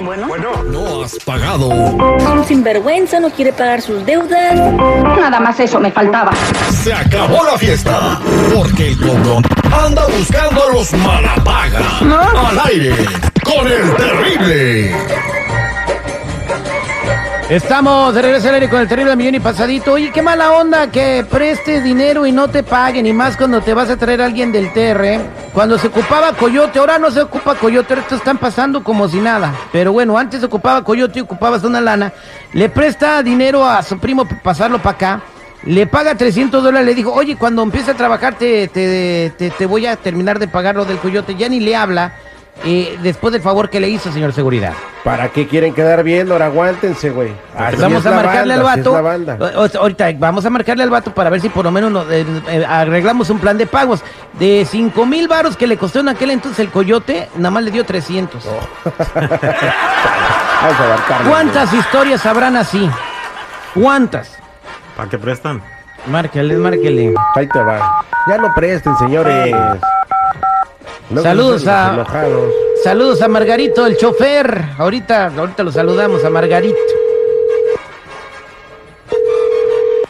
Bueno. No has pagado. Un sinvergüenza no quiere pagar sus deudas. Nada más eso me faltaba. Se acabó la fiesta. Porque el cobrón anda buscando a los malapagas. Al aire. Con el terrible. Estamos de regreso al aire con el terrible millón y pasadito. Oye, qué mala onda que prestes dinero y no te paguen, y más cuando te vas a traer a alguien del TR. Cuando se ocupaba Coyote, ahora no se ocupa Coyote, esto están pasando como si nada. Pero bueno, antes se ocupaba Coyote y ocupabas una lana. Le presta dinero a su primo para pasarlo para acá. Le paga 300 dólares, le dijo, oye, cuando empiece a trabajar te, te, te, te voy a terminar de pagar lo del Coyote. Ya ni le habla eh, después del favor que le hizo, señor Seguridad. ¿Para qué quieren quedar bien? Ahora aguántense, güey. Así vamos es a la marcarle banda, así es la al banda. vato. O- o- Ahorita vamos a marcarle al vato para ver si por lo menos nos, eh, eh, arreglamos un plan de pagos. De 5 mil varos que le costó en aquel entonces el coyote, nada más le dio 300. Oh, Vamos a abarcarlo, ¿Cuántas historias habrán así? ¿Cuántas? ¿Para qué prestan? Márquele, márquele. güey. Ahí te va. Ya no presten, señores. Luego Saludos dicen los a- Enojados. Saludos a Margarito, el chofer. Ahorita, ahorita lo saludamos a Margarito.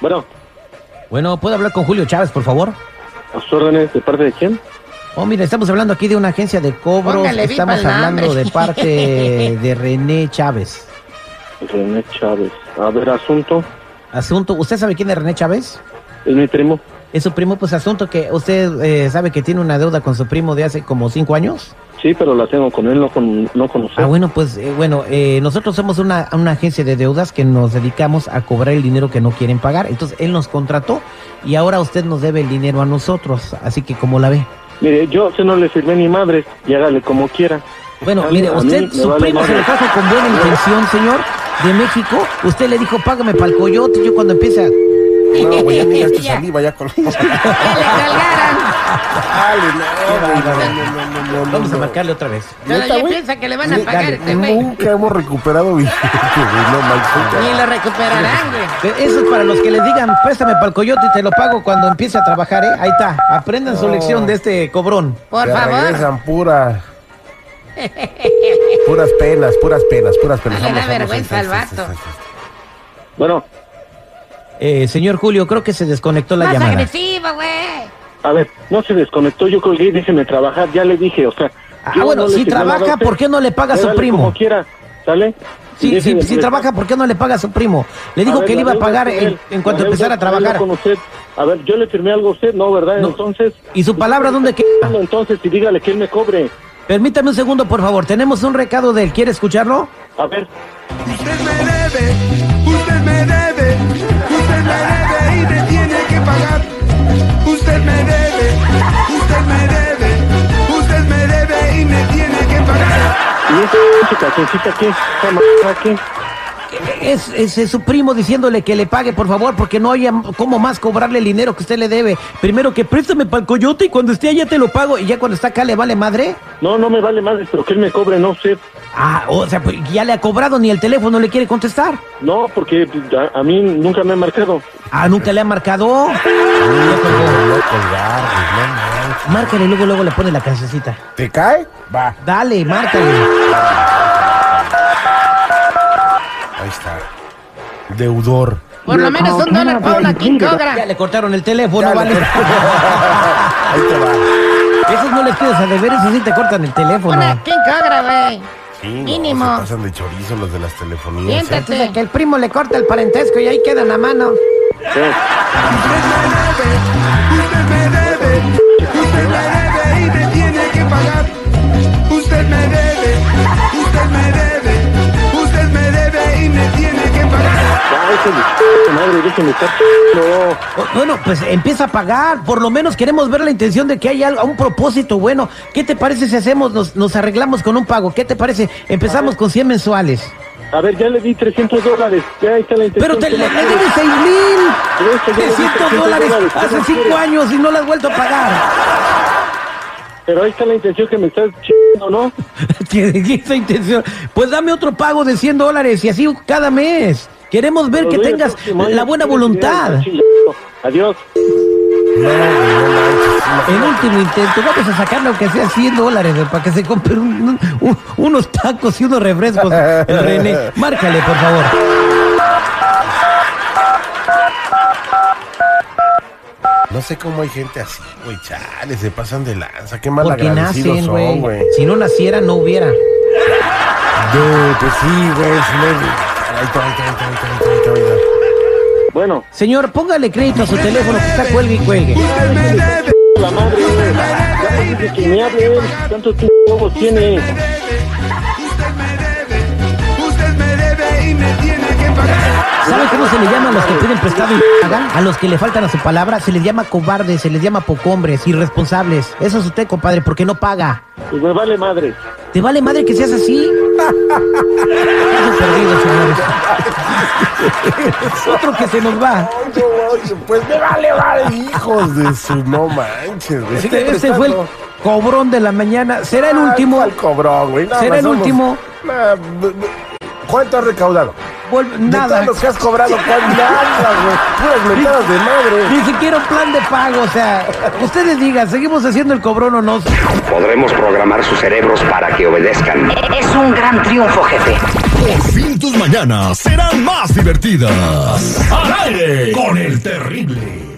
Bueno, Bueno, ¿puedo hablar con Julio Chávez, por favor? a sus órdenes, ¿de parte de quién? Oh, mira, estamos hablando aquí de una agencia de cobros. Póngale bip estamos al hablando nombre. de parte de René Chávez. Pues René Chávez. A ver, asunto. Asunto, ¿usted sabe quién es René Chávez? Es mi primo. Es su primo, pues asunto que usted eh, sabe que tiene una deuda con su primo de hace como cinco años. Sí, pero la tengo con él, no con, no con usted. Ah, bueno, pues eh, bueno, eh, nosotros somos una, una agencia de deudas que nos dedicamos a cobrar el dinero que no quieren pagar. Entonces, él nos contrató y ahora usted nos debe el dinero a nosotros. Así que, como la ve? Mire, yo se no le firmé ni madre, y hágale como quiera. Bueno, A mí- mire, a usted, mí me su vale primo se madre. le trajo con buena intención, señor, de México. Usted le dijo, págame para el coyote. Yo cuando empiece a... No, güey, ya me Ya. gaste saliva, ya con... Que le colgaran. Dale, no, no, no, no, no, no, Vamos a no. marcarle otra vez. Pero ¿Neta, ya güey? piensa que le van a Sí, pagar dale. este güey. Nunca hemos recuperado billete, güey, no manches. Ni lo recuperarán, güey. Eh, Eso es para los que les digan, préstame para el coyote y te lo pago cuando empiece a trabajar, ¿eh? Ahí está, aprendan Oh. su lección de este cobrón. Por Te favor. regresan pura... Puras penas, puras penas, puras penas. Le da Vamos, vamos, vergüenza sí, sí, al sí, vato. sí, sí, Bueno, Eh, señor Julio, creo que se desconectó la Más llamada. agresivo, güey. a ver, no se desconectó, yo colgué y déjeme trabajar, ya le dije, o sea... Ah, yo bueno, no le si firmé nada a trabaja, usted. ¿por qué no le paga a su Hágale primo? como quiera, ¿sale? Sí, Déjeme sí, si prestar. trabaja, ¿por qué no le paga a su primo? Le dijo ver, que le la iba a deuda pagar con en, él, en cuanto la empezara a deuda trabajar. con usted. A ver, yo le firmé algo a usted, ¿no, verdad? No. Entonces... ¿Y su palabra dónde queda? Entonces, y dígale que él me cobre. Permítame un segundo, por favor. Tenemos un recado de él. ¿Quiere escucharlo? A ver, Usted me debe, usted me debe, usted me debe y me tiene que pagar. Usted me debe, usted me debe, usted me debe y me tiene que pagar. ¿y esa pinche calzoncita qué? ¿Esa m- qué? Es, es- es su primo diciéndole que le pague, por favor, porque no haya cómo más cobrarle el dinero que usted le debe. Primero que préstame para el coyote y cuando esté allá te lo pago. Y ya cuando está acá le vale madre. No, no me vale madre, pero que él me cobre, no usted. Ah, o sea, pues ya le ha cobrado ni el teléfono le quiere contestar. No, porque a, a mí nunca me ha marcado. Ah, nunca le ha marcado. sí. No colgar, güey, no manches. Márcale, luego, luego le pone la cancioncita. ¿Te cae? Va, Dale, márcale. ahí está. Deudor. Por lo menos un dólar para una quien Ya cobra. le cortaron el teléfono, Ya, vale. le- Ahí te va. Esos no les quedas a deber, esos sí te cortan el teléfono. Una quien cobra, güey. Sí, Mínimo. No, se pasan de chorizo los de las telefonías. ¿eh? Siéntate. Que el primo le corta el parentesco y ahí quedan a mano. Eh, Usted me debe, usted me debe, usted me debe y me tiene que pagar. Usted me debe, usted me debe, usted me debe y me tiene que pagar. ya, ese de- madre, déjeme estar. No, O- Bueno, pues empieza a pagar. Por lo menos queremos ver la intención de que haya algo- un propósito bueno. ¿Qué te parece si hacemos, nos, nos arreglamos con un pago? ¿Qué te parece? Empezamos con 100 mensuales. a ver, ya le di 300 dólares. Ya ahí está la intención. Pero te, que le, me le cobre. debes 6 mil. Por eso yo le di 300 dólares ¿qué hace más 5 quiere? años y no las has vuelto a pagar. Pero ahí está la intención que me estás chingando, ¿no? Tiene esa intención. Pues dame otro pago de 100 dólares y así cada mes. Queremos ver Lo que doy el tengas próximo año, la buena si quieres, ya, voluntad. chingado. Adiós. No, güey, no manches, sí, En último intento, vamos a sacarle aunque sea 100 dólares güey, para que se compre un- un- un- unos tacos y unos refrescos. El René, márcale, por favor. No sé cómo hay gente así, güey. Chale, se pasan de lanza. Qué mal Porque agradecidos nacen, son, güey. güey. Si no naciera, no hubiera. Dude, pues sí, güey. es una- Ahí está, ahí está, ahí está, ahí está, ahí está, ahí está. Bueno, Señor, póngale crédito a su teléfono que está cuelgue y cuelgue. Usted me debe, la madre, güey. me debe y me Dice que tiene me que hable él. pagar. ¿Cuántos tus huevos tiene? Usted me debe, usted me ¿eh? debe, usted me debe y me tiene que pagar. ¿Sabe cómo se le llama a los que piden prestado y pagan? A los que le faltan a su palabra se les llama cobardes, se les llama pocombres, irresponsables. Eso es usted, compadre, porque no paga. Pues me vale madre. ¿Te vale madre que seas así? Caso perdido, señores. Otro que se nos va. Pues me vale, vale, hijos de su no manches, güey. Este, este fue el cobrón de la mañana. ¿Será el último? al cobrón, güey. Nada Será más el somos- último. Nah, b- b- ¿Cuánto has recaudado? Vuelve- De Nada. todos los que has cobrado, ¿cuánto? Nada, güey. Puras mentadas de madre. Ni siquiera un plan de pago, o sea, ustedes digan, ¿seguimos haciendo el cobrón o no? Podremos programar sus cerebros para que obedezcan. Es un gran triunfo, jefe. Por fin tus mañanas serán más divertidas. Al aire con el terrible.